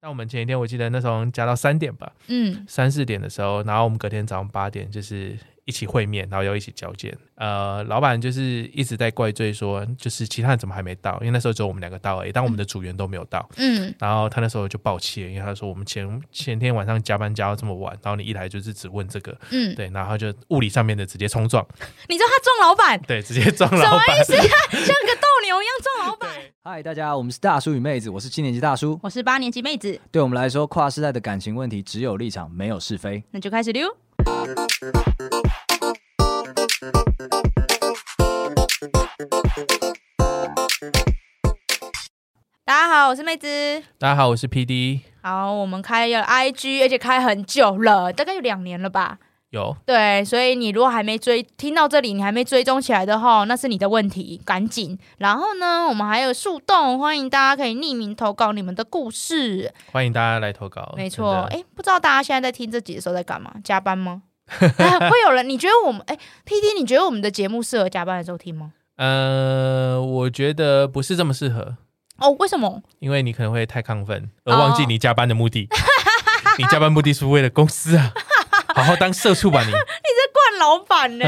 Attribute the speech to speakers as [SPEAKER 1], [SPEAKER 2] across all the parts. [SPEAKER 1] 那我们前一天我记得那时候加到三点吧，
[SPEAKER 2] 嗯，
[SPEAKER 1] 三四点的时候，然后我们隔天早上八点就是一起会面，然后又一起交件。呃，老板就是一直在怪罪说，就是其他人怎么还没到？因为那时候只有我们两个到而已，但我们的组员都没有到。
[SPEAKER 2] 嗯，
[SPEAKER 1] 然后他那时候就爆气了，因为他说我们前前天晚上加班加到这么晚，然后你一来就是只问这个，
[SPEAKER 2] 嗯，
[SPEAKER 1] 对，然后就物理上面的直接冲撞，
[SPEAKER 2] 你知道他撞老板
[SPEAKER 1] 对，直接撞
[SPEAKER 2] 什
[SPEAKER 1] 老
[SPEAKER 2] 么
[SPEAKER 1] 板
[SPEAKER 2] 意。思啊？ 像个斗牛一样撞老板。
[SPEAKER 3] 嗨，大家，我们是大叔与妹子，我是七年级大叔。
[SPEAKER 2] 我是八年级妹子，
[SPEAKER 3] 对我们来说，跨世代的感情问题只有立场，没有是非。
[SPEAKER 2] 那就开始溜。大家好，我是妹子。
[SPEAKER 1] 大家好，我是 P D，
[SPEAKER 2] 好，我们开了 IG，而且开很久了，大概有两年了吧。
[SPEAKER 1] 有
[SPEAKER 2] 对，所以你如果还没追，听到这里你还没追踪起来的话，那是你的问题，赶紧。然后呢，我们还有树洞，欢迎大家可以匿名投稿你们的故事。
[SPEAKER 1] 欢迎大家来投稿，
[SPEAKER 2] 没
[SPEAKER 1] 哦
[SPEAKER 2] 错，
[SPEAKER 1] 真的啊
[SPEAKER 2] 哎，不知道大家现在在听这集的时候在干嘛？加班吗？哎会有人？你觉得我们哎，P D，你觉得我们的节目适合加班的时候听吗？
[SPEAKER 1] 呃，我觉得不是这么适合，
[SPEAKER 2] 哦，为什么？
[SPEAKER 1] 因为你可能会太亢奋而
[SPEAKER 2] 哦
[SPEAKER 1] 忘记你加班的目的。 你加班目的是为了公司 啊，好好当社畜吧你。
[SPEAKER 2] 惯老板呢、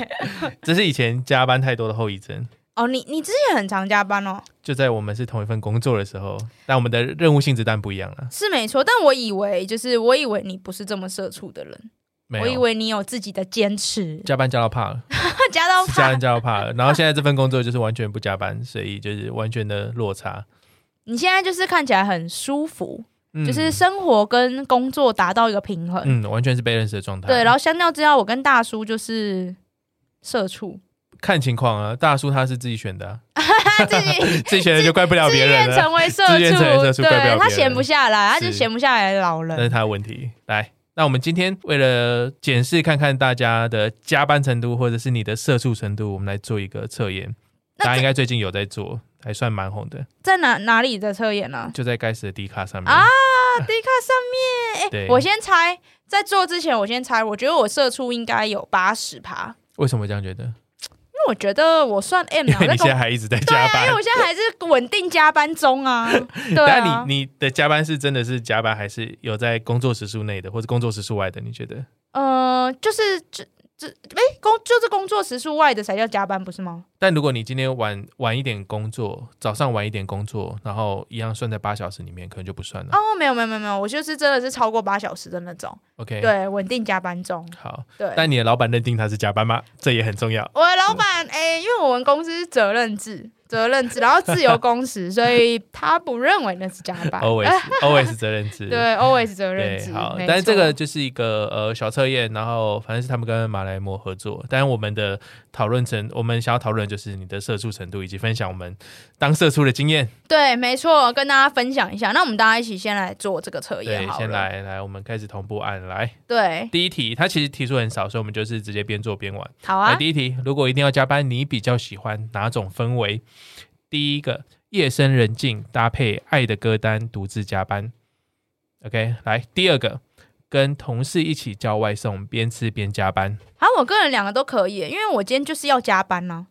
[SPEAKER 1] 这是以前加班太多的后遗症。
[SPEAKER 2] 哦，你你之前很常加班哦，
[SPEAKER 1] 就在我们是同一份工作的时候，但我们的任务性质当然不一样啊了。
[SPEAKER 2] 是没错。但我以为就是我以为你不是这么社畜的人，
[SPEAKER 1] 没
[SPEAKER 2] 我以
[SPEAKER 1] 有
[SPEAKER 2] 为你有自己的坚持，
[SPEAKER 1] 加班加到怕 了，
[SPEAKER 2] 加到
[SPEAKER 1] 加
[SPEAKER 2] 怕
[SPEAKER 1] 班。加到怕了。然后现在这份工作就是完全不加班，所以就是完全的落差。
[SPEAKER 2] 你现在就是看起来很舒服，
[SPEAKER 1] 嗯
[SPEAKER 2] 就是生活跟工作达到一个平衡。
[SPEAKER 1] 嗯，完全是被认识的状态。
[SPEAKER 2] 对，然后相较之下，我跟大叔就是社畜，
[SPEAKER 1] 看情况啊，大叔他是自己选的啊、
[SPEAKER 2] 他自己
[SPEAKER 1] 自己选的就怪不了
[SPEAKER 2] 自
[SPEAKER 1] 别人
[SPEAKER 2] 愿
[SPEAKER 1] 了，
[SPEAKER 2] 成为社
[SPEAKER 1] 自愿成为社
[SPEAKER 2] 畜，
[SPEAKER 1] 畜怪不了别人
[SPEAKER 2] 对他
[SPEAKER 1] 嗯
[SPEAKER 2] 闲不下来，他
[SPEAKER 1] 是
[SPEAKER 2] 就闲不下来的老
[SPEAKER 1] 那是
[SPEAKER 2] 人。
[SPEAKER 1] 他的问题。来，那我们今天为了检视看看大家的加班程度，或者是你的社畜程度，我们来做一个测验。大
[SPEAKER 2] 那
[SPEAKER 1] 家应
[SPEAKER 2] 在
[SPEAKER 1] 该最近有在做，还算蛮红的，
[SPEAKER 2] 在哪哪里的测验呢？
[SPEAKER 1] 就在该死的 D 卡上面
[SPEAKER 2] 啊，迪卡上面，哎
[SPEAKER 1] 嗯对，
[SPEAKER 2] 我先猜，在做之前我先猜，我觉得我社畜应该有八十趴，
[SPEAKER 1] 为什么这样觉得？
[SPEAKER 2] 因为我觉得我算 M
[SPEAKER 1] 因
[SPEAKER 2] 啊，
[SPEAKER 1] 为
[SPEAKER 2] 那
[SPEAKER 1] 你现在
[SPEAKER 2] 个
[SPEAKER 1] 还一直在
[SPEAKER 2] 对
[SPEAKER 1] 加
[SPEAKER 2] 啊，因为
[SPEAKER 1] 班
[SPEAKER 2] 我。现在还是稳定加班中啊，对啊
[SPEAKER 1] 但。你你的加班是真的是加班，还是有在工作时数内的，或者工作时数外的？你觉得
[SPEAKER 2] 呃，就是这这哎工就是工作时数外的才叫加班，不是吗？
[SPEAKER 1] 但如果你今天晚晚一点工作，早上晚一点工作，然后一样算在八小时里面，可能就不算了。
[SPEAKER 2] 哦，没有没有没有没有，我就是真的是超过八小时的那种，
[SPEAKER 1] OK，，
[SPEAKER 2] 对，稳定加班中，
[SPEAKER 1] 好。
[SPEAKER 2] 对。
[SPEAKER 1] 但你的老板认定他是加班吗？这也很重要。
[SPEAKER 2] 我的老板哎、因为我们公司是责任制，责任制，然后自由工时，所以他不认为那是加班。
[SPEAKER 1] always always 责任制。
[SPEAKER 2] 哎对，always 责任
[SPEAKER 1] 哦对，
[SPEAKER 2] 制。
[SPEAKER 1] 好
[SPEAKER 2] 没，
[SPEAKER 1] 但是这
[SPEAKER 2] 错
[SPEAKER 1] 个就是一个呃小测验，然后反正是他们跟马来摩合作，但我们的讨论程，我们想要讨论就是你的社畜程度，以及分享我们当社畜的经 验。
[SPEAKER 2] 对，没错，跟大家分享一下。那我们大家一起先来做这个测验
[SPEAKER 1] 对，
[SPEAKER 2] 好了。
[SPEAKER 1] 先来来，我们开始同步按来
[SPEAKER 2] 对，
[SPEAKER 1] 第一题，它其实题数很少，所以我们就是直接边做边玩。
[SPEAKER 2] 好
[SPEAKER 1] 来
[SPEAKER 2] 啊。
[SPEAKER 1] 第一题，如果一定要加班，你比较喜欢哪种氛围？第一个，夜深人静搭配爱的歌单，独自加班。OK，来第二个，跟同事一起叫外送，边吃边加班。
[SPEAKER 2] 好，我个人两个都可以，因为我今天就是要加班呢、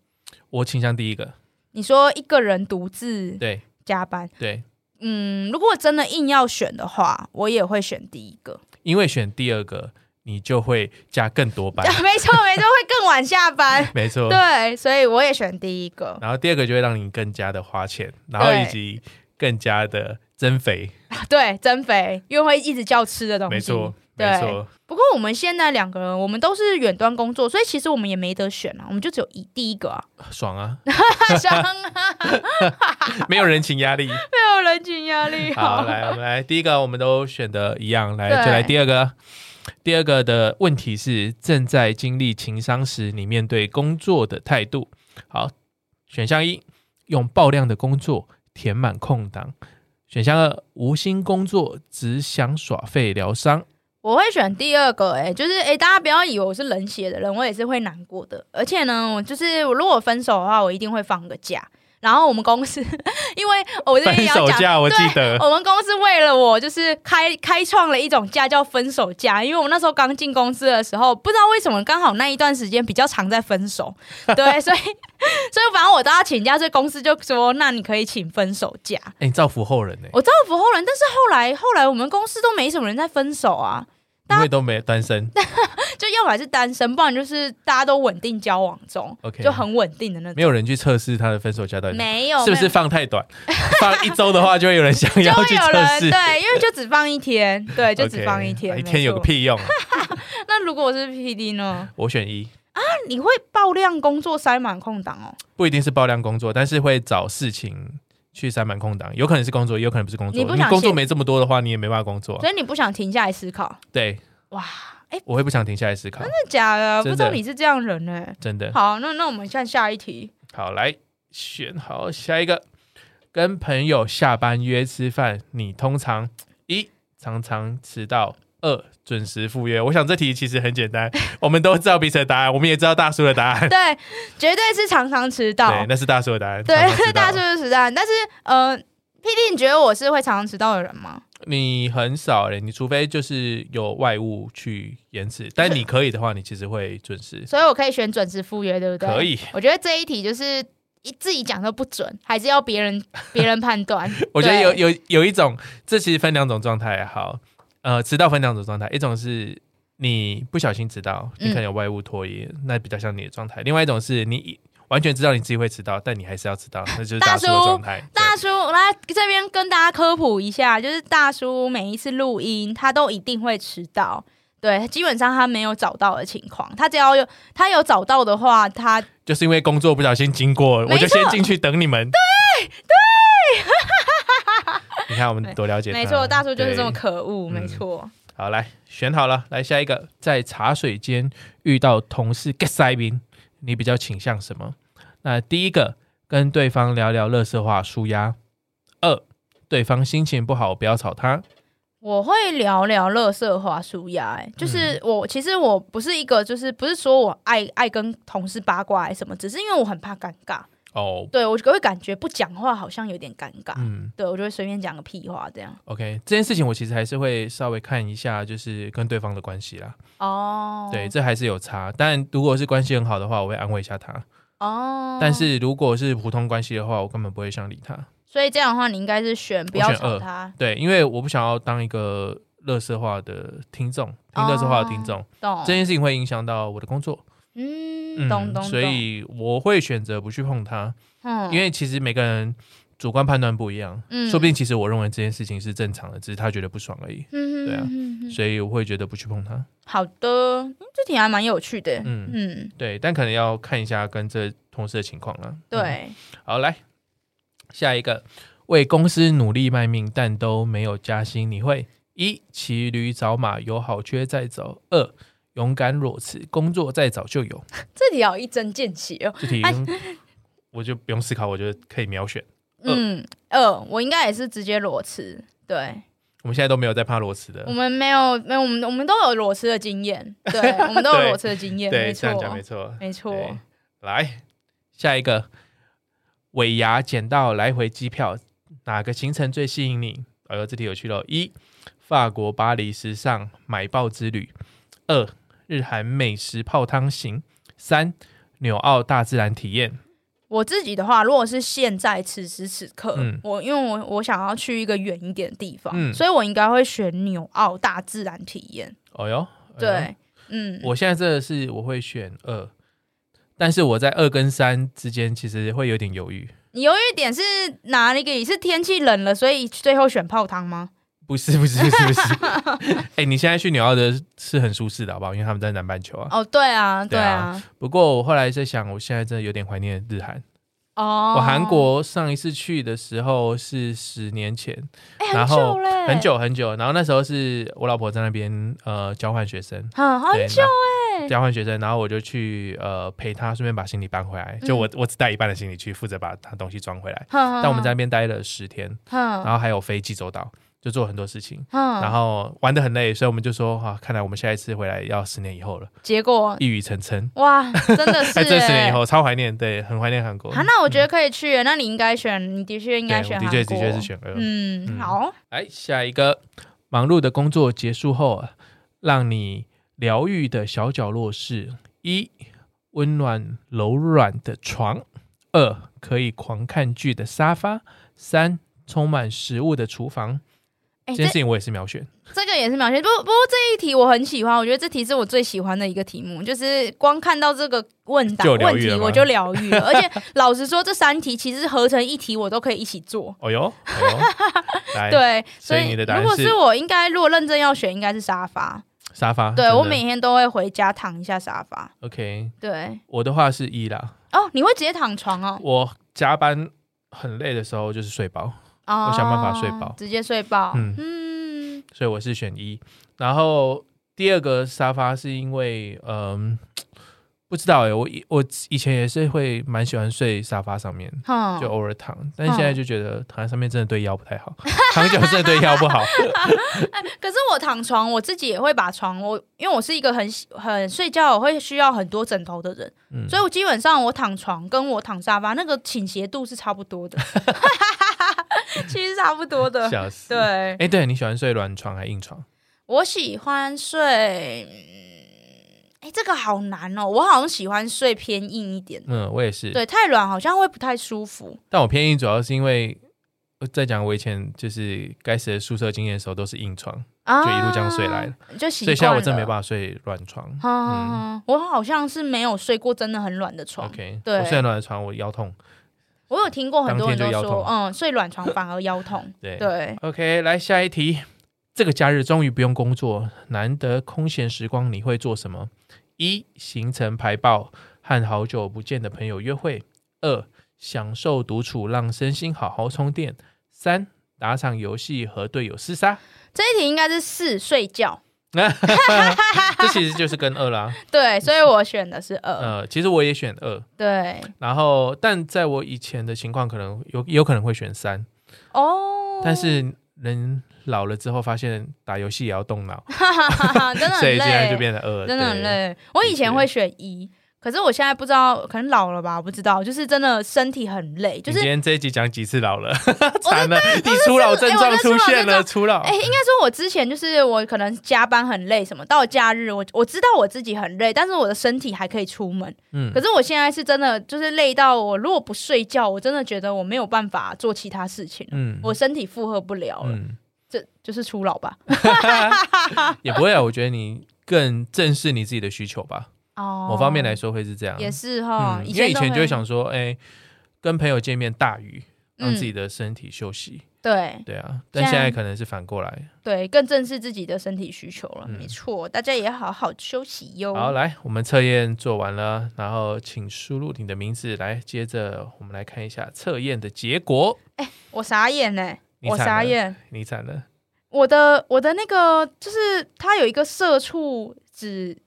[SPEAKER 1] 我倾向第一个，
[SPEAKER 2] 你说一个人独自
[SPEAKER 1] 对
[SPEAKER 2] 加班，
[SPEAKER 1] 对，
[SPEAKER 2] 嗯，如果真的硬要选的话，我也会选第一个。
[SPEAKER 1] 因为选第二个，你就会加更多班，
[SPEAKER 2] 没错，没错，会更晚下班。
[SPEAKER 1] 没错。
[SPEAKER 2] 对，所以我也选第一 个。
[SPEAKER 1] 然后第二个就会让你更加的花钱，然后
[SPEAKER 2] 对
[SPEAKER 1] 以及更加的增肥，
[SPEAKER 2] 对，增肥，因为会一直叫吃的东西。
[SPEAKER 1] 没错，
[SPEAKER 2] 对
[SPEAKER 1] 没错，
[SPEAKER 2] 不过我们现在两个人，我们都是远端工作，所以其实我们也没得选啊，我们就只有一第一个 啊。
[SPEAKER 1] 爽啊，
[SPEAKER 2] 伤啊，
[SPEAKER 1] 没有人情压力。
[SPEAKER 2] 没有人情压力
[SPEAKER 1] 好，来，我们来第一个，我们都选的一样，来
[SPEAKER 2] 对
[SPEAKER 1] 就来第二个。第二个的问题是，正在经历情伤时，你面对工作的态度。好，选项一，用爆量的工作填满空档；选项二，无心工作，只想耍废疗伤。
[SPEAKER 2] 我会选第二个、欸，哎，就是哎、欸大家不要以为我是冷血的人，我也是会难过的。而且呢，我就是我如果分手的话，我一定会放个假。然后我们公司， 因为我这边
[SPEAKER 1] 分
[SPEAKER 2] 也要
[SPEAKER 1] 手
[SPEAKER 2] 讲，
[SPEAKER 1] 价我记
[SPEAKER 2] 对
[SPEAKER 1] 得，
[SPEAKER 2] 我们公司为了我，就是开开创了一种假叫分手假，因为我那时候刚进公司的时候，不知道为什么刚好那一段时间比较常在分手，对， 所以所以反正我都要请假，所以公司就说那你可以请分手假。
[SPEAKER 1] 哎、你造福后人呢、
[SPEAKER 2] 我造福后人，但是后来后来我们公司都没什么人在分手啊，大家
[SPEAKER 1] 因为都没单身，
[SPEAKER 2] 就要么是单身，不然就是大家都稳定交往中
[SPEAKER 1] OK
[SPEAKER 2] 就很稳定的那种。
[SPEAKER 1] 没有人去测试他的分手价到底
[SPEAKER 2] 没有，
[SPEAKER 1] 是不是放太短，放一周的话就会有人想
[SPEAKER 2] 没有？
[SPEAKER 1] 要
[SPEAKER 2] 就会
[SPEAKER 1] 去
[SPEAKER 2] 有
[SPEAKER 1] 测
[SPEAKER 2] 人
[SPEAKER 1] 试。
[SPEAKER 2] 对，因为就只放一 天，对，就
[SPEAKER 1] OK，啊
[SPEAKER 2] 只放一天
[SPEAKER 1] 一天有个！
[SPEAKER 2] 没错
[SPEAKER 1] 屁用 啊！
[SPEAKER 2] 那如果我是 PD 呢？
[SPEAKER 1] 我选一，
[SPEAKER 2] 你会爆量工作塞满空档哦？
[SPEAKER 1] 不一定是爆量工作，但是会找事情去塞满空档，有可能是工作，也有可能不是工作。
[SPEAKER 2] 你不想
[SPEAKER 1] 工作
[SPEAKER 2] 写
[SPEAKER 1] 没这么多的话，你也没办法工作。
[SPEAKER 2] 所以你不想停下来思考？
[SPEAKER 1] 对，
[SPEAKER 2] 哇，
[SPEAKER 1] 我会不想停下来思考，
[SPEAKER 2] 真的假的？不
[SPEAKER 1] 真的
[SPEAKER 2] 知道你是这样人呢、
[SPEAKER 1] 真的。
[SPEAKER 2] 好，那那我们看下 一题。
[SPEAKER 1] 好，来选好下一个。跟朋友下班约吃饭，你通常一常常迟到，二准时赴约。我想这题其实很简 单，我们都知道彼此的答案，我们也知道大叔的答案。
[SPEAKER 2] 对，绝对是常常迟
[SPEAKER 1] 对
[SPEAKER 2] 到，。
[SPEAKER 1] 那是大叔的答案。
[SPEAKER 2] 对
[SPEAKER 1] 常常，迟到
[SPEAKER 2] 大叔是迟到。但是，呃，PD，你觉得我是会常常迟到的人吗？
[SPEAKER 1] 你很少嘞，你除非就是有外物去延迟，但你可以的话，你其实会准时。
[SPEAKER 2] 所以我可以选准时赴约， 对不对？
[SPEAKER 1] 可。以，
[SPEAKER 2] 我觉得这一题就是一自己讲都不准，还是要别人别人判 断。
[SPEAKER 1] 我觉得
[SPEAKER 2] 对
[SPEAKER 1] 有有有一种，这其实分两种状态。好，呃，迟到分两种状态，一种是你不小心迟到，你
[SPEAKER 2] 嗯
[SPEAKER 1] 可能有外物拖延，那比较像你的状态；另外一种是你完全知道你自己会迟到，但你还是要迟到，那就是
[SPEAKER 2] 大
[SPEAKER 1] 大叔
[SPEAKER 2] 叔
[SPEAKER 1] 的状态。对
[SPEAKER 2] 大叔，我来这边跟大家科普一下，就是大叔每一次录音，他都一定会迟到。对，基本上他没有找到的情况，他只要有他有找到的话，他
[SPEAKER 1] 就是因为工作不小心经过，
[SPEAKER 2] 没
[SPEAKER 1] 我就先
[SPEAKER 2] 错
[SPEAKER 1] 进去等你 们。对 对，你看我们多了解他。
[SPEAKER 2] 没错，大叔就是这么
[SPEAKER 1] 对
[SPEAKER 2] 可恶，
[SPEAKER 1] 嗯
[SPEAKER 2] 没错。
[SPEAKER 1] 好，来选好了，来下一个，在茶水间遇到同事 get 塞宾，你比较倾向什么？那第一个，跟对方聊聊乐色话舒压；二，对方心情不好不要吵他。
[SPEAKER 2] 我会聊聊乐色话舒压，哎，就是
[SPEAKER 1] 嗯
[SPEAKER 2] 我、其实我不是一个，就是不是说我爱爱跟同事八卦欸什么，只是因为我很怕尴尬，
[SPEAKER 1] 哦，
[SPEAKER 2] 对我就会感觉不讲话好像有点尴尬，
[SPEAKER 1] 嗯
[SPEAKER 2] 对我就会随便讲个屁话这样。
[SPEAKER 1] ，OK，这件事情我其实还是会稍微看一下，就是跟对方的关系啦。
[SPEAKER 2] 哦，
[SPEAKER 1] 对，，这还是有差。但如果是关系很好的话，我会安慰一下他；
[SPEAKER 2] 哦，
[SPEAKER 1] 但是如果是普通关系的话，我根本不会想理他。
[SPEAKER 2] 所以这样的话，你应该是选不要
[SPEAKER 1] 选
[SPEAKER 2] 吵
[SPEAKER 1] 二
[SPEAKER 2] 他，
[SPEAKER 1] 对，因为我不想要当一个乐色话的听众，听乐色话的听众。
[SPEAKER 2] 懂
[SPEAKER 1] 这？件事情会影响到我的工作，
[SPEAKER 2] 哦嗯，懂懂，
[SPEAKER 1] 所以我会选择不去碰它，
[SPEAKER 2] 懂，嗯
[SPEAKER 1] 因为其实每个人主观判断不一样，
[SPEAKER 2] 嗯
[SPEAKER 1] 说不定其实我认为这件事情是正常的，只是他觉得不爽而已，
[SPEAKER 2] 嗯
[SPEAKER 1] 对啊
[SPEAKER 2] 嗯嗯
[SPEAKER 1] 所以我会觉得不去碰它。
[SPEAKER 2] 好的，嗯这题还蛮有趣的，
[SPEAKER 1] 嗯
[SPEAKER 2] 嗯，
[SPEAKER 1] 对，但可能要看一下跟这同事的情况了。嗯
[SPEAKER 2] 对，
[SPEAKER 1] 好，来下一个，为公司努力卖命，但都没有加薪，你会一骑驴找马，有好缺再走；二勇敢裸辞，工作再找就有。
[SPEAKER 2] 这题好一针见血哦，
[SPEAKER 1] 这题
[SPEAKER 2] 哎
[SPEAKER 1] 我就不用思考，我觉得可以秒选。二
[SPEAKER 2] 嗯，二，我应该也是直接裸辞。对，
[SPEAKER 1] 我们现在都没有在怕裸辞的
[SPEAKER 2] 我，们没有，没有，我们我们都有裸辞的经验，对， 我们都有裸辞的经验，
[SPEAKER 1] 对，
[SPEAKER 2] 没
[SPEAKER 1] 这
[SPEAKER 2] 错
[SPEAKER 1] 样，讲没错，
[SPEAKER 2] 没错
[SPEAKER 1] 对。来下一个，尾牙捡到来回机票，哪个行程最吸引你？哎呦，这题有趣了。一，法国巴黎时尚买报之旅；二，日韩美食泡汤行；三，纽澳大自然体验。
[SPEAKER 2] 我自己的话，如果是现在此时此刻，
[SPEAKER 1] 嗯
[SPEAKER 2] 我因为我我想要去一个远一点的地方，
[SPEAKER 1] 嗯
[SPEAKER 2] 所以我应该会选纽澳大自然体验。
[SPEAKER 1] 哎呦，哎呦
[SPEAKER 2] 对，嗯，
[SPEAKER 1] 我现在这个是我会选二，但是我在二跟三之间其实会有点犹豫。
[SPEAKER 2] 你犹豫点是哪里？你是天气冷了，所以最后选泡汤吗？
[SPEAKER 1] 不是不是不是不是， 哎、你现在去纽澳的是很舒适的，好不好？因为他们在南半球啊。
[SPEAKER 2] 哦，对啊，对
[SPEAKER 1] 对
[SPEAKER 2] 啊
[SPEAKER 1] 啊，不过我后来在想，我现在真的有点怀念日韩。
[SPEAKER 2] 哦，
[SPEAKER 1] 我韩国上一次去的时候是十年前，
[SPEAKER 2] 哎、
[SPEAKER 1] 然
[SPEAKER 2] 很
[SPEAKER 1] 后
[SPEAKER 2] 久嘞，
[SPEAKER 1] 很，久很久。然后那时候是我老婆在那边呃交换学生，
[SPEAKER 2] 很很久
[SPEAKER 1] 哎，交换学生，然后我就去呃陪她，顺便把行李搬回来。
[SPEAKER 2] 嗯
[SPEAKER 1] 就我我只带一半的行李去，负责把她东西装回来。
[SPEAKER 2] 但
[SPEAKER 1] 但我们在那边待了十天，
[SPEAKER 2] 哼
[SPEAKER 1] 然后还有飞济州岛，就做很多事情，
[SPEAKER 2] 嗯，
[SPEAKER 1] 然后玩的很累，所以我们就说啊，看来我们下一次回来要十年以后了，
[SPEAKER 2] 结果
[SPEAKER 1] 一语成谶。
[SPEAKER 2] 哇，真的哦是、
[SPEAKER 1] 哎，这十年以
[SPEAKER 2] 欸。
[SPEAKER 1] 后超怀念，对，很怀念韩国。
[SPEAKER 2] 啊，那我觉得可以去耶，那你应该选，你的确应
[SPEAKER 1] 对
[SPEAKER 2] 该选
[SPEAKER 1] 我
[SPEAKER 2] 韩
[SPEAKER 1] 的
[SPEAKER 2] 国，
[SPEAKER 1] 确的确是选二。
[SPEAKER 2] 嗯，
[SPEAKER 1] 嗯
[SPEAKER 2] 好，
[SPEAKER 1] 来下一个，忙碌的工作结束后啊，让你疗愈的小角落是：一、温暖柔软的床；二、可以狂看剧的沙发；三、充满食物的厨房。
[SPEAKER 2] 哎、
[SPEAKER 1] 这
[SPEAKER 2] 这
[SPEAKER 1] 件事情我也是秒选，
[SPEAKER 2] 这个也是秒选，不不过这一题我很喜欢，我觉得这题是我最喜欢的一个题目，就是光看到这个问答
[SPEAKER 1] 就疗
[SPEAKER 2] 问
[SPEAKER 1] 愈
[SPEAKER 2] 题
[SPEAKER 1] 了吗
[SPEAKER 2] 我就疗 愈了，而且老实说，这三题其实合成一题我都可以一起做。
[SPEAKER 1] 哦哟，哎呦 来，
[SPEAKER 2] 对，
[SPEAKER 1] 哎所以你的答案
[SPEAKER 2] 如果
[SPEAKER 1] 是
[SPEAKER 2] 是我，应该如果认真要选，应该是沙发。
[SPEAKER 1] 沙发。真
[SPEAKER 2] 对
[SPEAKER 1] 的
[SPEAKER 2] 我每天都会回家躺一下沙发。
[SPEAKER 1] OK，
[SPEAKER 2] 对，
[SPEAKER 1] 我的话是一啦。
[SPEAKER 2] 哦，你会直接躺床哦？
[SPEAKER 1] 我加班很累的时候就是睡饱，
[SPEAKER 2] 哦，
[SPEAKER 1] 我想办法睡饱
[SPEAKER 2] 直接睡饱。
[SPEAKER 1] 嗯
[SPEAKER 2] 嗯，
[SPEAKER 1] 所以我是选一。然后第二个沙发是因为，嗯、不知道哎、我以我以前也是会蛮喜欢睡沙发上面，
[SPEAKER 2] 哼
[SPEAKER 1] 就偶尔躺，但现
[SPEAKER 2] 嗯
[SPEAKER 1] 在就觉得躺在上面真的对腰不太好， 躺久真的对腰不 好。
[SPEAKER 2] 可是我躺床，我自己也会把床，我因为我是一个很喜很睡觉我会需要很多枕头的人，
[SPEAKER 1] 嗯
[SPEAKER 2] 所以我基本上我躺床跟我躺沙发那个倾斜度是差不多 的，其实差不多的。
[SPEAKER 1] 笑死。
[SPEAKER 2] 对，
[SPEAKER 1] 哎、对你喜欢睡软床还硬床？
[SPEAKER 2] 我喜欢睡，哎、这个好难哦，我好像喜欢睡偏硬一点，
[SPEAKER 1] 嗯，我也是。
[SPEAKER 2] 对，太软好像会不太舒服。
[SPEAKER 1] 但我偏硬主要是因为。我在讲我以前就是该死的宿舍经验的时候，都是硬床，
[SPEAKER 2] 啊
[SPEAKER 1] 就一路这样睡来的，
[SPEAKER 2] 就习
[SPEAKER 1] 所以
[SPEAKER 2] 惯
[SPEAKER 1] 现在我真的
[SPEAKER 2] 了
[SPEAKER 1] 没办法睡软床。
[SPEAKER 2] 啊我好像是没有睡过真的很软的床
[SPEAKER 1] OK，
[SPEAKER 2] 对
[SPEAKER 1] 我睡软的床我腰痛。
[SPEAKER 2] 我有听过很多人都
[SPEAKER 1] 当天就腰
[SPEAKER 2] 说，
[SPEAKER 1] 痛。
[SPEAKER 2] 嗯，睡软床反而腰痛
[SPEAKER 1] 对
[SPEAKER 2] 对，
[SPEAKER 1] OK，来下一题。这个假日终于不用工作，难得空闲时光，你会做什么？一、行程排爆，和好久不见的朋友约会；二、享受独处，让身心好好充电；三、打场游戏和队友厮 杀。
[SPEAKER 2] 这一题应该是四睡觉，
[SPEAKER 1] 这其实就是跟二啦。
[SPEAKER 2] 对，所以我选的是二、
[SPEAKER 1] 呃，其实我也选二，
[SPEAKER 2] 对，
[SPEAKER 1] 然后但在我以前的情况，可能有有可能会选三，
[SPEAKER 2] 哦，
[SPEAKER 1] 但是人老了之后发现打游戏也要动脑，
[SPEAKER 2] 哈哈哈哈，真的
[SPEAKER 1] 所以
[SPEAKER 2] 很
[SPEAKER 1] 竟然就
[SPEAKER 2] 累，
[SPEAKER 1] 变成二，
[SPEAKER 2] 真的很
[SPEAKER 1] 对。
[SPEAKER 2] 累。我以前会选一，可是我现在不知道，可能老了吧，我不知道，就是真的身体很累，就
[SPEAKER 1] 你
[SPEAKER 2] 是
[SPEAKER 1] 今。天这一集讲几次老了， 惨了，你初老症
[SPEAKER 2] 哎
[SPEAKER 1] 状
[SPEAKER 2] 我就
[SPEAKER 1] 出现
[SPEAKER 2] 初老
[SPEAKER 1] 了，初老
[SPEAKER 2] 哎、。应该说，我之前就是我可能加班很累，什么到假日我我知道我自己很累，但是我的身体还可以出门。
[SPEAKER 1] 嗯
[SPEAKER 2] 可，是我现在是真的就是累到我，如果不睡觉，我真的觉得我没有办法做其他事情了，
[SPEAKER 1] 嗯
[SPEAKER 2] 我身体负荷不了了，
[SPEAKER 1] 嗯，
[SPEAKER 2] 这就是初老吧。
[SPEAKER 1] 也不会啊。我觉得你更正视你自己的需求吧，
[SPEAKER 2] 哦
[SPEAKER 1] 某方面来说会是这样。
[SPEAKER 2] 也是哈、
[SPEAKER 1] 嗯，因为以
[SPEAKER 2] 都
[SPEAKER 1] 前就会
[SPEAKER 2] 会
[SPEAKER 1] 想说，哎，跟朋友见面大于让
[SPEAKER 2] 嗯
[SPEAKER 1] 自己的身体休息，
[SPEAKER 2] 对
[SPEAKER 1] 对啊。但
[SPEAKER 2] 现
[SPEAKER 1] 现
[SPEAKER 2] 在
[SPEAKER 1] 在可能是反过来。
[SPEAKER 2] 对更正视自己的身体需求了，
[SPEAKER 1] 嗯
[SPEAKER 2] 没错，大家也好好休息哟。
[SPEAKER 1] 好，来，我们测验做完了，然后请输入你的名字。来，接着我们来看一下测验的结果。
[SPEAKER 2] 我傻眼呢、
[SPEAKER 1] 你
[SPEAKER 2] 我
[SPEAKER 1] 惨
[SPEAKER 2] 傻
[SPEAKER 1] 了，
[SPEAKER 2] 眼，
[SPEAKER 1] 你惨了。
[SPEAKER 2] 我的我的那个就是它有一个社畜指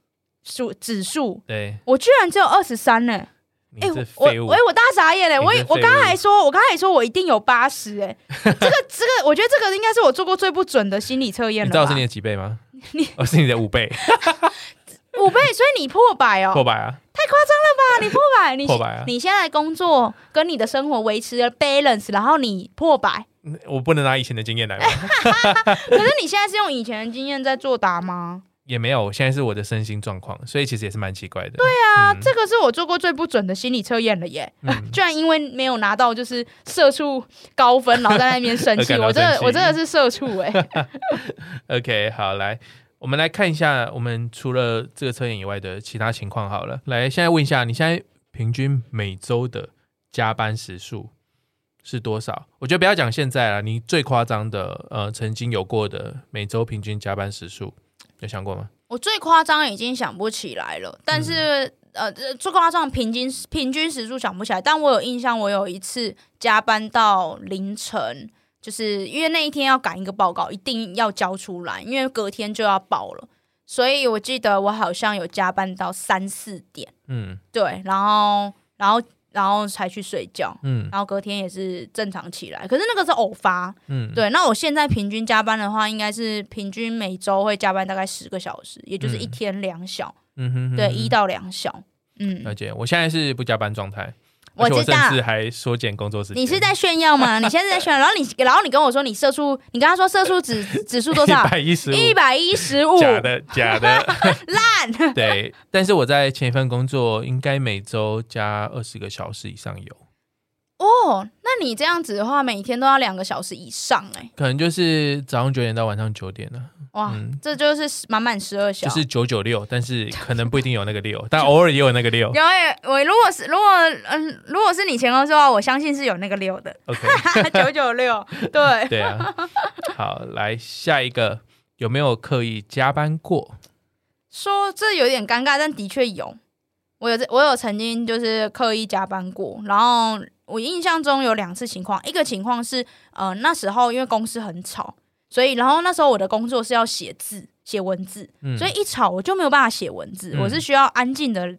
[SPEAKER 2] 数指数，
[SPEAKER 1] 对，
[SPEAKER 2] 我居然只有二十三呢。
[SPEAKER 1] 你
[SPEAKER 2] 哎、
[SPEAKER 1] 是
[SPEAKER 2] 我
[SPEAKER 1] 废物
[SPEAKER 2] 我。我大傻眼嘞！
[SPEAKER 1] 你
[SPEAKER 2] 我
[SPEAKER 1] 是
[SPEAKER 2] 我
[SPEAKER 1] 废
[SPEAKER 2] 刚刚
[SPEAKER 1] 物
[SPEAKER 2] 还说，我刚刚还说我一定有八十哎，这个这个，我觉得这个应该是我做过最不准的心理测验
[SPEAKER 1] 你
[SPEAKER 2] 了
[SPEAKER 1] 知道
[SPEAKER 2] 吧
[SPEAKER 1] 我是你的几倍吗？
[SPEAKER 2] 你
[SPEAKER 1] 我是你的五倍，
[SPEAKER 2] 五倍，所以你破百 哦，
[SPEAKER 1] 破百啊！
[SPEAKER 2] 啊，你破百，你
[SPEAKER 1] 破百啊
[SPEAKER 2] 你现在工作跟你的生活维持了 balance，然后你破百，
[SPEAKER 1] 嗯我不能拿以前的经验来玩，
[SPEAKER 2] 可是你现在是用以前的经验在作答吗？
[SPEAKER 1] 也没有。现在是我的身心状况，所以其实也是蛮奇怪的。对啊，
[SPEAKER 2] 这个是我做过最不准的心理测验了耶！
[SPEAKER 1] 嗯
[SPEAKER 2] 居然因为没有拿到就是社畜高分，然后在那边生气，
[SPEAKER 1] 呃而感到
[SPEAKER 2] 我真的
[SPEAKER 1] 生气
[SPEAKER 2] 我真的是社畜哎、
[SPEAKER 1] OK，好，来，我们来看一下我们除了这个测验以外的其他情况好了。来，现在问一下，你现在平均每周的加班时数是多少？我觉得不要讲现在了，你最夸张的，呃，曾经有过的每周平均加班时数，有想过吗？
[SPEAKER 2] 我最夸张已经想不起来了，但是、呃，这最夸张的平均平均时数想不起来，但我有印象，我有一次加班到凌晨，就是因为那一天要赶一个报告，一定要交出来，因为隔天就要报了，所以我记得我好像有加班到三四点，
[SPEAKER 1] 嗯，
[SPEAKER 2] 对，然后然后然后才去睡觉，
[SPEAKER 1] 嗯
[SPEAKER 2] 然后隔天也是正常起来。可是那个是偶发，
[SPEAKER 1] 嗯，
[SPEAKER 2] 对。那我现在平均加班的话，应该是平均每周会加班大概十个小时，也就是一
[SPEAKER 1] 嗯
[SPEAKER 2] 天两小，
[SPEAKER 1] 嗯哼哼
[SPEAKER 2] 对，一到两小。嗯，
[SPEAKER 1] 了解。我现在是不加班状态，
[SPEAKER 2] 我
[SPEAKER 1] 而且我
[SPEAKER 2] 知
[SPEAKER 1] 甚
[SPEAKER 2] 道
[SPEAKER 1] 至还缩减工作时间。
[SPEAKER 2] 你是在炫耀吗？你现在是在炫耀，然后你然后你跟我说你射出，你跟他说射出指指数多少
[SPEAKER 1] 一？百 一十五？
[SPEAKER 2] 一百一十五，
[SPEAKER 1] 假的，假的。
[SPEAKER 2] 烂。
[SPEAKER 1] 对，但是我在前一份工作应该每周加二十个小时以上有，
[SPEAKER 2] 哦，那你这样子的话，每天都要两个小时以上哎、
[SPEAKER 1] 可能就是早上九点到晚上九点了，
[SPEAKER 2] 哇，
[SPEAKER 1] 嗯
[SPEAKER 2] 这就是满满十二小
[SPEAKER 1] 就
[SPEAKER 2] 时。
[SPEAKER 1] 是九九六，但 是可能不一定有那个六，但偶尔也有那个六。
[SPEAKER 2] 有哎、我如果是如果嗯、如果是你前公司的话，我相信是有那个六的
[SPEAKER 1] OK，
[SPEAKER 2] 九九六，对，
[SPEAKER 1] 对啊。好，来下一个，有没有刻意加班过？
[SPEAKER 2] 说这有点尴尬，但的确有，我有这我有曾经就是刻意加班过，然后我印象中有两次情况，一个情况是呃那时候因为公司很吵，所以然后那时候我的工作是要写字写文字，
[SPEAKER 1] 嗯
[SPEAKER 2] 所以一吵我就没有办法写文字，
[SPEAKER 1] 嗯
[SPEAKER 2] 我是需要安静的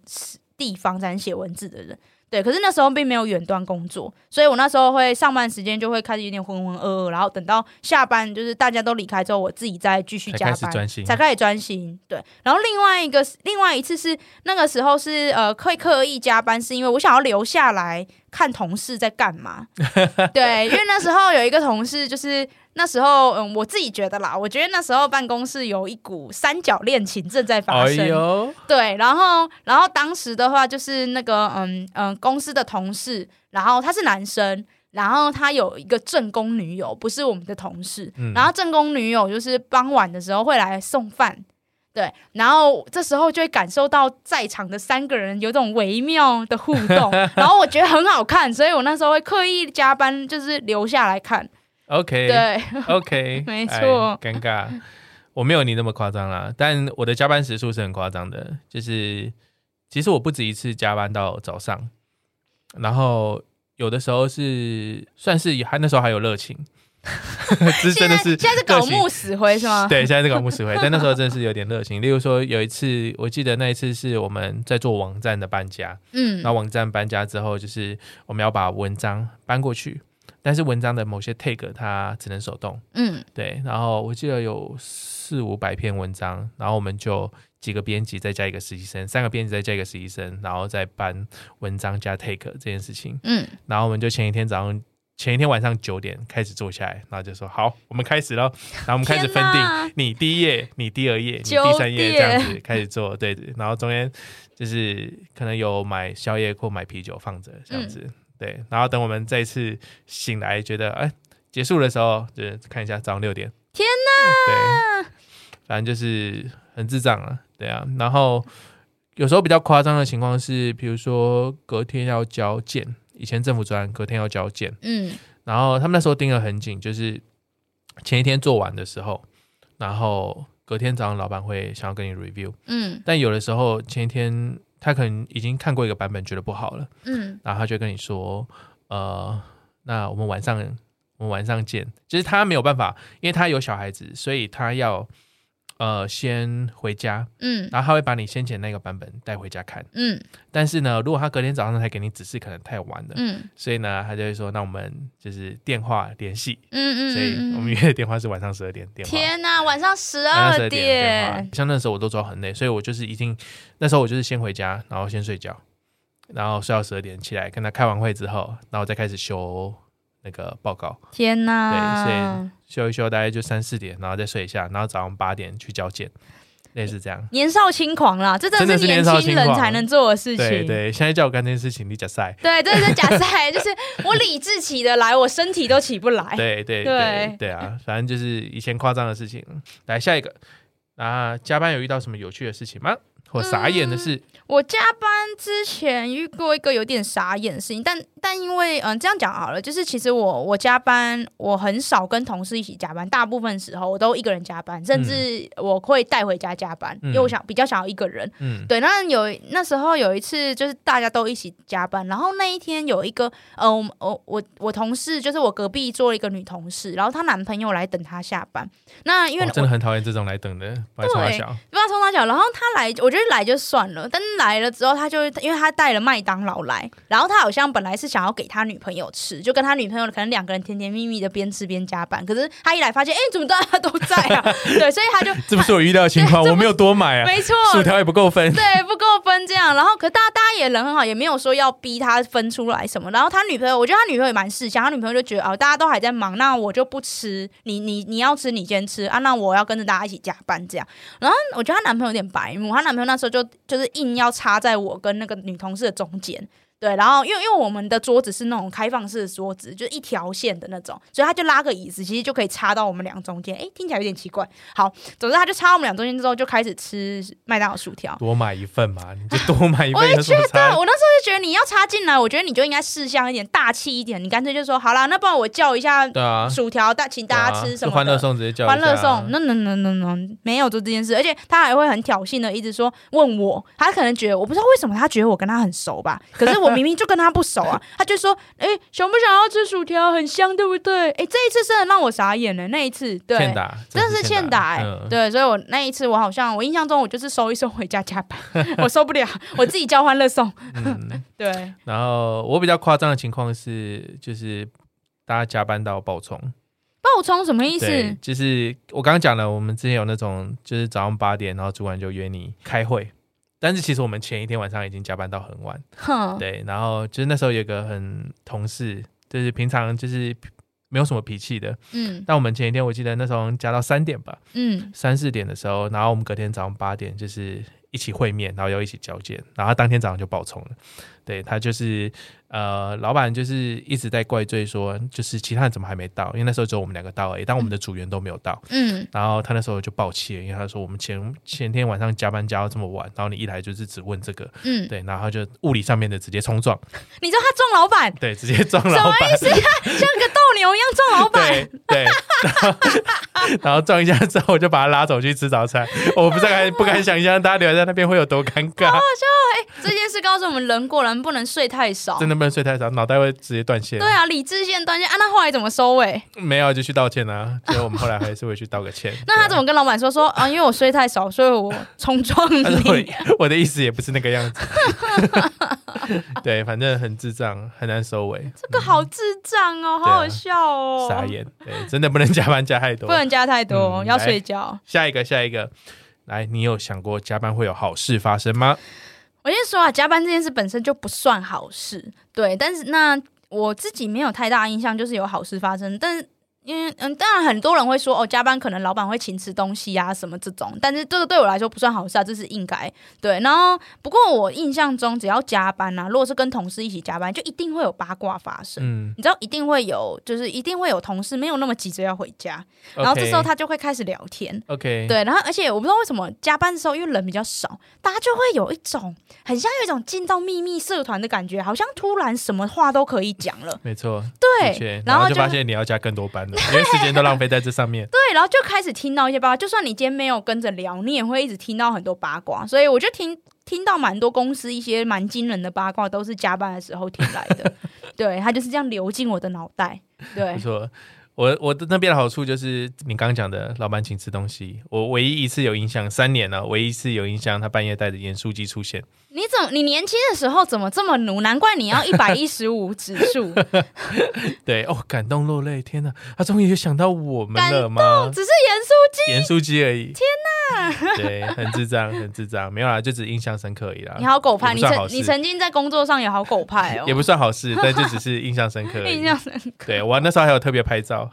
[SPEAKER 2] 地方才能写文字的人。对，可是那时候并没有远端工作，所以我那时候会上班时间就会开始有点浑浑噩噩，然后等到下班就是大家都离开之后，我自己再继续
[SPEAKER 1] 才
[SPEAKER 2] 加
[SPEAKER 1] 开始
[SPEAKER 2] 班，
[SPEAKER 1] 专心
[SPEAKER 2] 才开始专心。对，然后另外一个是另外一次是那个时候是呃会刻意加班，是因为我想要留下来看同事在干 嘛。对，因为那时候有一个同事就是。那时候，嗯，我自己觉得啦，我觉得那时候办公室有一股三角恋情正在发
[SPEAKER 1] 哎
[SPEAKER 2] 生。
[SPEAKER 1] 呦，
[SPEAKER 2] 对，然后然后当时的话就是那个嗯嗯公司的同事，然后他是男生，然后他有一个正宫女友，不是我们的同事，
[SPEAKER 1] 嗯
[SPEAKER 2] 然后正宫女友就是傍晚的时候会来送饭。对，然后这时候就会感受到在场的三个人有种微妙的互 动，然后我觉得很好看，所以我那时候会刻意加班，就是留下来看。
[SPEAKER 1] OK，
[SPEAKER 2] 对，
[SPEAKER 1] OK，
[SPEAKER 2] 没
[SPEAKER 1] 哎
[SPEAKER 2] 错
[SPEAKER 1] 尴尬。我没有你那么夸张啦，但我的加班时数是很夸张的，就是其实我不止一次加班到早上，然后有的时候是算是还那时候还有热情， 这真
[SPEAKER 2] 现
[SPEAKER 1] 的
[SPEAKER 2] 在
[SPEAKER 1] 是
[SPEAKER 2] 现在是搞
[SPEAKER 1] 热情
[SPEAKER 2] 木死灰是吗？
[SPEAKER 1] 对，现在是搞木石灰，但那时候真的是有点热 情。例如说有一次，我记得那一次是我们在做网站的搬家，
[SPEAKER 2] 嗯
[SPEAKER 1] 然，后网站搬家之后，就是我们要把文章搬过去，但是文章的某些 tag 它只能手动。
[SPEAKER 2] 嗯
[SPEAKER 1] 对，然后我记得有四五百篇文章，然后我们就几个编辑再加一个实习生，三个编辑再加一个实习生，然后再搬文章加 take 这件事情。
[SPEAKER 2] 嗯，
[SPEAKER 1] 然后我们就前一天早上，前一天晚上九点开始坐下来，然后就说好，我们开始喽。然后我们开始分
[SPEAKER 2] 天
[SPEAKER 1] 定
[SPEAKER 2] 哪
[SPEAKER 1] 你第一页、你第二页、你
[SPEAKER 2] 九
[SPEAKER 1] 第三页这样
[SPEAKER 2] 点
[SPEAKER 1] 子开始做，对对。然后中间就是可能有买宵夜或买啤酒放着这样
[SPEAKER 2] 嗯
[SPEAKER 1] 子，对。然后等我们再次醒来，觉得哎结束的时候，就是看一下早上六点。
[SPEAKER 2] 天
[SPEAKER 1] 哪！对，反正就是很智障啊，对啊。然后有时候比较夸张的情况是，比如说隔天要交件，以前政府专案隔天要交件，
[SPEAKER 2] 嗯
[SPEAKER 1] 然后他们那时候盯得很紧，就是前一天做完的时候，然后隔天早上老板会想要跟你 review，
[SPEAKER 2] 嗯
[SPEAKER 1] 但有的时候前一天他可能已经看过一个版本，觉得不好了。
[SPEAKER 2] 嗯，
[SPEAKER 1] 然后他就跟你说，呃，那我们晚上我们晚上见。就是他没有办法，因为他有小孩子，所以他要呃先回家，
[SPEAKER 2] 嗯
[SPEAKER 1] 然后他会把你先前那个版本带回家看。
[SPEAKER 2] 嗯
[SPEAKER 1] 但是呢，如果他隔天早上才给你指示，可能太晚了，
[SPEAKER 2] 嗯
[SPEAKER 1] 所以呢，他就会说，那我们就是电话联系。
[SPEAKER 2] 嗯嗯，
[SPEAKER 1] 所以我们约的电话是晚上十二点电话。
[SPEAKER 2] 天呐，晚上十
[SPEAKER 1] 晚上12
[SPEAKER 2] 二
[SPEAKER 1] 电话
[SPEAKER 2] 点，
[SPEAKER 1] 像那时候我都走很累，所以我就是一定那时候我就是先回家，然后先睡觉，然后睡到十二点起来，跟他开完会之后，然后再开始修那个报告，
[SPEAKER 2] 天
[SPEAKER 1] 对所
[SPEAKER 2] 呐！
[SPEAKER 1] 修一修大概就三四点，然后再睡一下，然后早上八点去交件，类似这样。
[SPEAKER 2] 年少轻狂啦，这真的
[SPEAKER 1] 真的是
[SPEAKER 2] 是
[SPEAKER 1] 年
[SPEAKER 2] 年
[SPEAKER 1] 少
[SPEAKER 2] 轻人
[SPEAKER 1] 轻狂
[SPEAKER 2] 才能做的事情。
[SPEAKER 1] 对对，现在叫我干这件事情，你假赛。
[SPEAKER 2] 对，这是假赛，就是我理智起得来，我身体都起不来。
[SPEAKER 1] 对对
[SPEAKER 2] 哎对
[SPEAKER 1] 对对啊，反正就是以前夸张的事情。来下一个，啊，加班有遇到什么有趣的事情吗？或傻眼的事？
[SPEAKER 2] 我加班之前遇过一个有点傻眼的事情，但但因为嗯这样讲好了，就是其实我我加班，我很少跟同事一起加班，大部分时候我都一个人加班，甚至我会带回家加班，
[SPEAKER 1] 嗯
[SPEAKER 2] 因为我想比较想要一个人。
[SPEAKER 1] 嗯
[SPEAKER 2] 对，那有那时候有一次就是大家都一起加班，然后那一天有一个呃，我们我我我同事就是我隔壁坐了一个女同事，然后她男朋友来等她下班。那因为
[SPEAKER 1] 我
[SPEAKER 2] 我
[SPEAKER 1] 真的很讨厌这种来等的，不然超
[SPEAKER 2] 对
[SPEAKER 1] 小。
[SPEAKER 2] 不知道从哪讲，然后她来，我就觉得来就算了，但是来了之后，他就因为他带了麦当劳来，然后他好像本来是想要给他女朋友吃，就跟他女朋友可能两个人甜甜蜜蜜的边吃边加班，可是他一来发现，哎、怎么大家都在啊？对，所以他就
[SPEAKER 1] 这不 是我遇到的情况，
[SPEAKER 2] 对这
[SPEAKER 1] 我
[SPEAKER 2] 不
[SPEAKER 1] 没有多买啊，
[SPEAKER 2] 没错，
[SPEAKER 1] 薯条也不够分。
[SPEAKER 2] 对，不够分这样。然后，可大家大家也人很好，也没有说要逼他分出来什么。然后他女朋友，我觉得他女朋友也蛮识相，他女朋友就觉得哦，大家都还在忙，那我就不吃，你你你要吃你先吃啊，那我要跟着大家一起加班这样。然后我觉得她男朋友有点白目，她男朋友那时候就就是硬要插在我跟那个女同事的中间。对，然后因为因为我们的桌子是那种开放式的桌子，就是一条线的那种，所以他就拉个椅子，其实就可以插到我们俩中间。诶，听起来有点奇怪。好，总之他就插到我们俩中间之后，就开始吃麦当劳薯条。
[SPEAKER 1] 多买一份嘛，你就多买一
[SPEAKER 2] 我
[SPEAKER 1] 份
[SPEAKER 2] 也
[SPEAKER 1] 有什么
[SPEAKER 2] 对，啊
[SPEAKER 1] 差？
[SPEAKER 2] 我那时候就觉得你要插进来，我觉得你就应该事项一点，大气一点。你干脆就说好啦，那不然我叫一下
[SPEAKER 1] 对啊，
[SPEAKER 2] 薯条，大请大家
[SPEAKER 1] 对啊
[SPEAKER 2] 吃什
[SPEAKER 1] 就
[SPEAKER 2] 么的？
[SPEAKER 1] 欢乐颂直接叫一下
[SPEAKER 2] 欢乐颂，no no no no no，没有做这件事，而且他还会很挑衅的一直说问我，他可能觉得我不知道为什么他觉得我跟他很熟 吧，可是我明明就跟他不熟啊，他就说，哎、想不想要吃薯条？很香，对不对？哎、这一次真的让我傻眼了，那一次，对，
[SPEAKER 1] 欠打，
[SPEAKER 2] 真的是欠打哎、
[SPEAKER 1] 嗯
[SPEAKER 2] 对，所以我那一次我好像我印象中我就是收一收回家加 班，我受不了，我自己交欢乐颂，
[SPEAKER 1] 嗯，
[SPEAKER 2] 对，
[SPEAKER 1] 然后我比较夸张的情况是，就是大家加班到爆冲，
[SPEAKER 2] 爆冲什么意思？
[SPEAKER 1] 对，就是我刚刚讲了，我们之前有那种就是早上八点，然后主管就约你开会，但是其实我们前一天晚上已经加班到很晚，
[SPEAKER 2] 哼，
[SPEAKER 1] 对，然后就是那时候有一个很同事，就是平常就是没有什么脾气的，
[SPEAKER 2] 嗯
[SPEAKER 1] 但我们前一天我记得那时候加到三点吧，
[SPEAKER 2] 嗯，
[SPEAKER 1] 三四点的时候，然后我们隔天早上八点就是一起会面，然后又一起交接，然后他当天早上就爆冲了。对他就是呃，老板就是一直在怪罪说，就是其他人怎么还没到？因为那时候只有我们两个到而已，但我们的组员都没有到。
[SPEAKER 2] 嗯
[SPEAKER 1] 然后他那时候就爆气了，因为他说我们前前天晚上加班加到这么晚，然后你一来就是只问这个，
[SPEAKER 2] 嗯，
[SPEAKER 1] 对，然后他就物理上面的直接冲撞，
[SPEAKER 2] 你知道他撞老板
[SPEAKER 1] 对，直接撞
[SPEAKER 2] 什
[SPEAKER 1] 老
[SPEAKER 2] 么
[SPEAKER 1] 板
[SPEAKER 2] 意。思、啊？像个斗牛一样撞老板？
[SPEAKER 1] 对对， 然后然后撞一下之后，我就把他拉走去吃早餐。我不知道 该不敢想象大家留在那边会有多尴
[SPEAKER 2] 哦
[SPEAKER 1] 尬，
[SPEAKER 2] 这件事告诉我们，人果然不能睡太少
[SPEAKER 1] 真。的不能睡太少，脑袋会直接断线
[SPEAKER 2] 对。啊，理智线断线啊，那后来怎么收尾？
[SPEAKER 1] 没有就去道歉啊，所以我们后来还是会去道个歉
[SPEAKER 2] 。那他怎
[SPEAKER 1] 么？
[SPEAKER 2] 么跟老板说说啊？因为我睡太少，所以我冲撞
[SPEAKER 1] 但是我
[SPEAKER 2] 你。
[SPEAKER 1] 的啊我的意思也不是那个样子。 对，反正很智障，很难收尾，
[SPEAKER 2] 这个好智障哦，好好笑哦，
[SPEAKER 1] 啊傻眼。对，真的不能加班加太多
[SPEAKER 2] 不。能加太多，
[SPEAKER 1] 嗯
[SPEAKER 2] 要睡觉。
[SPEAKER 1] 下一个，下一个，来，你有想过加班会有好事发生吗？
[SPEAKER 2] 我先说啊，加班这件事本身就不算好事，对。但是那我自己没有太大印象，就是有好事发生，但是。因为嗯，当然很多人会说哦，加班可能老板会请吃东西啊什么这种，但是这个对我来说不算好事啊，这是应该对。然后不过我印象中，只要加班啊，如果是跟同事一起加班，就一定会有八卦发生。
[SPEAKER 1] 嗯，
[SPEAKER 2] 你知道一定会有，就是一定会有同事没有那么急着要回家，然后这时候他就会开始聊天。
[SPEAKER 1] OK，
[SPEAKER 2] 对，然后而且我不知道为什么加班的时候，因为人比较少，大家就会有一种很像有一种进到秘密社团的感觉，好像突然什么话都可以讲了。
[SPEAKER 1] 没错，的确
[SPEAKER 2] 对，
[SPEAKER 1] 然
[SPEAKER 2] 后
[SPEAKER 1] 就
[SPEAKER 2] 就
[SPEAKER 1] 发现你要加更多班了，因为时间都浪费在这上面。
[SPEAKER 2] 对，然后就开始听到一些八卦，就算你今天没有跟着聊，你也会一直听到很多八卦。所以我就听听到蛮多公司一些蛮惊人的八卦，都是加班的时候听来的。 对，它就是这样流进我的脑袋。 对
[SPEAKER 1] 不，错，我我的那边的好处就是你刚刚讲的，老板请吃东西，我唯一一次有印象，三年了，唯一一次有印象，他半夜带着盐酥鸡出现，
[SPEAKER 2] 你怎么？你年轻的时候怎么这么奴？难怪你要一百一十五指 数，
[SPEAKER 1] 对，哦，感动落泪，天哪，他终于有想到我们了吗？
[SPEAKER 2] 只是严肃
[SPEAKER 1] 盐酥鸡而已，天哪，对，很智障，很智障，没有啦，就只印象深刻而已啦。
[SPEAKER 2] 你好狗派，
[SPEAKER 1] 啊也
[SPEAKER 2] 你
[SPEAKER 1] 不算好
[SPEAKER 2] 曾
[SPEAKER 1] 事
[SPEAKER 2] 你曾经在工作上也好狗派哦
[SPEAKER 1] 也，不算好事，但就只是印象深刻而已。
[SPEAKER 2] 印象深刻。
[SPEAKER 1] 对我那时候还有特别拍照。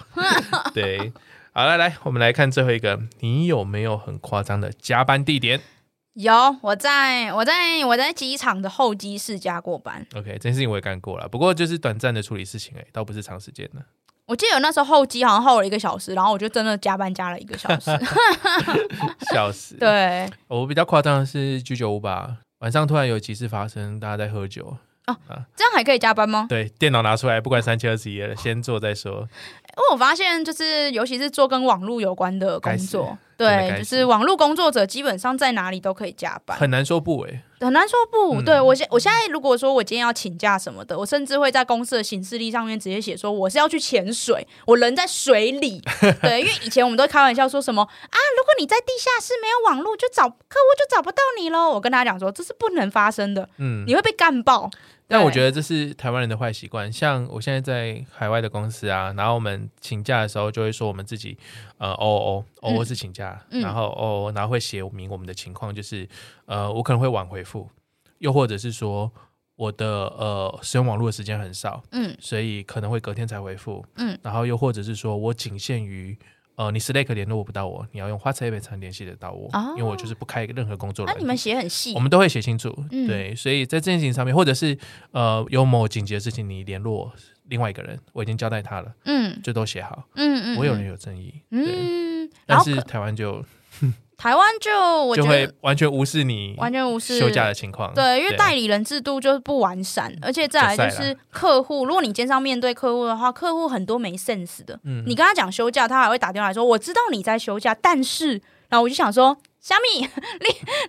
[SPEAKER 1] 对，好了，来，我们来看最后一个，你有没有很夸张的加班地点
[SPEAKER 2] 有，我在我在我在机场的候机室加过班，
[SPEAKER 1] ？OK，这件事情我也干过了，不过就是短暂的处理事情而已，倒不是长时间的。
[SPEAKER 2] 我记得有那时候候机好像候了一个小时，然后我就真的加班加了一个小 时。
[SPEAKER 1] 笑死！哦
[SPEAKER 2] 对，
[SPEAKER 1] 我比较夸张的是居酒屋吧，晚上突然有急事发生，大家在喝酒，
[SPEAKER 2] 这样还可以加班吗？
[SPEAKER 1] 对，电脑拿出来，不管三七二十一了，先做再说。
[SPEAKER 2] 因为我发现，就是尤其是做跟网络有关的工作，
[SPEAKER 1] 真的该死
[SPEAKER 2] 对，就是网络工作者基本上在哪里都可以加班。
[SPEAKER 1] 很难说不诶、
[SPEAKER 2] 很难说不。
[SPEAKER 1] 嗯
[SPEAKER 2] 对我现我现在如果说我今天要请假什么的，我甚至会在公司的行事历上面直接 写说我是要去潜水，我人在水里。对，因为以前我们都开玩笑说什么啊，如如果你在地下室没有网络，就找客户就找不到你喽。我跟他讲说，这是不能发生的，
[SPEAKER 1] 嗯，
[SPEAKER 2] 你会被干爆。
[SPEAKER 1] 但我
[SPEAKER 2] 对
[SPEAKER 1] 觉得这是台湾人的坏习惯。像我现在在海外的公司啊，然后我们请假的时候就会说我们自己呃 O O O O 是请假，
[SPEAKER 2] 嗯
[SPEAKER 1] 然后 O O 然后会写明我们的情况，就是呃我可能会晚回复，又或者是说我的呃使用网络的时间很少，
[SPEAKER 2] 嗯
[SPEAKER 1] 所以可能会隔天才回复，
[SPEAKER 2] 嗯，
[SPEAKER 1] 然后又或者是说我仅限于。呃，你 Slack 联络不到我，你要用花菜 a 才能联系得到我，
[SPEAKER 2] 哦
[SPEAKER 1] 因为我就是不开任何工作软
[SPEAKER 2] 那、啊你
[SPEAKER 1] 体
[SPEAKER 2] 们写很细
[SPEAKER 1] 我，们都会写清楚，
[SPEAKER 2] 嗯
[SPEAKER 1] 对，所以在这件事情上面，或者是呃有某紧急的事情，你联络另外一个人，我已经交代他了，
[SPEAKER 2] 嗯
[SPEAKER 1] 就都写好，
[SPEAKER 2] 嗯嗯，
[SPEAKER 1] 我有人有争议，对，
[SPEAKER 2] 嗯，
[SPEAKER 1] 但
[SPEAKER 2] 然后
[SPEAKER 1] 是
[SPEAKER 2] 可
[SPEAKER 1] 台湾就
[SPEAKER 2] 台湾就我
[SPEAKER 1] 就
[SPEAKER 2] 觉
[SPEAKER 1] 会
[SPEAKER 2] 得
[SPEAKER 1] 完全无视你
[SPEAKER 2] 完全无视
[SPEAKER 1] 休假的情况，
[SPEAKER 2] 嗯
[SPEAKER 1] 啊
[SPEAKER 2] 对，因为代理人制度就是不完善，而且再来啊就
[SPEAKER 1] 就晒
[SPEAKER 2] 是客户，如果你今天是要面对客户的话，客户很多没 sense 的。
[SPEAKER 1] 嗯
[SPEAKER 2] 你跟他讲休假，他还会打电话来说：“我知道你在休假，但是……”然后我就想说：“虾米， 你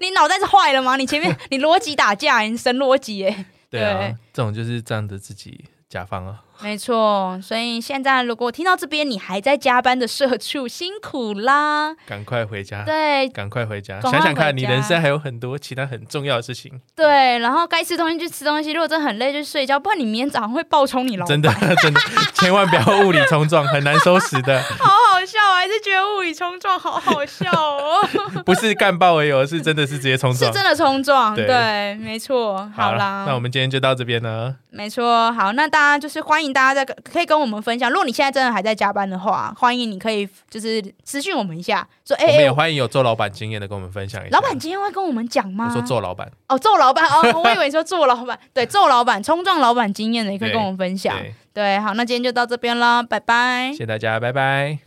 [SPEAKER 2] 你脑袋是坏了吗？你前 面你逻辑打架，你神逻辑耶
[SPEAKER 1] 对啊
[SPEAKER 2] 对，
[SPEAKER 1] 这种就是这样的自己甲方啊，！”
[SPEAKER 2] 没错，所以现在如果听到这边你还在加班的社畜，辛苦啦。
[SPEAKER 1] 赶快回家。
[SPEAKER 2] 对
[SPEAKER 1] 赶快回家，
[SPEAKER 2] 赶
[SPEAKER 1] 想
[SPEAKER 2] 快
[SPEAKER 1] 想看，
[SPEAKER 2] 回
[SPEAKER 1] 你
[SPEAKER 2] 家
[SPEAKER 1] 人生还有很多其他很重要的事情，
[SPEAKER 2] 对，然后该吃东西就吃东西，如果真的很累就睡觉，不然你明天早上会爆冲你老板
[SPEAKER 1] 真。的 真的，千万不要物理冲撞，很难收拾的。
[SPEAKER 2] 好好笑，我还是觉得物理冲撞好好 笑哦，
[SPEAKER 1] 不是干爆而已哦，是真的是直接冲
[SPEAKER 2] 是
[SPEAKER 1] 撞。
[SPEAKER 2] 真的冲撞，
[SPEAKER 1] 对
[SPEAKER 2] 对，没错，好啦，
[SPEAKER 1] 那我们今天就到这边了。
[SPEAKER 2] 没错，好，那大家就是欢迎大家在可以跟我们分享，如果你现在真的还在加班的话，欢迎你可以就是私讯我们一下，说哎
[SPEAKER 1] 我们
[SPEAKER 2] 哎
[SPEAKER 1] 也，欢迎有做老板经验的跟我们分享一下。
[SPEAKER 2] 老板，今天会跟我们讲吗
[SPEAKER 1] 我？说做老板，
[SPEAKER 2] 哦，揍老板 哦，我以为说揍老板，对，揍老板冲撞老板经验的也可以跟我们分享，
[SPEAKER 1] 对，
[SPEAKER 2] 对，好，那今天就到这边啦，拜拜
[SPEAKER 1] 谢。谢大家，拜拜。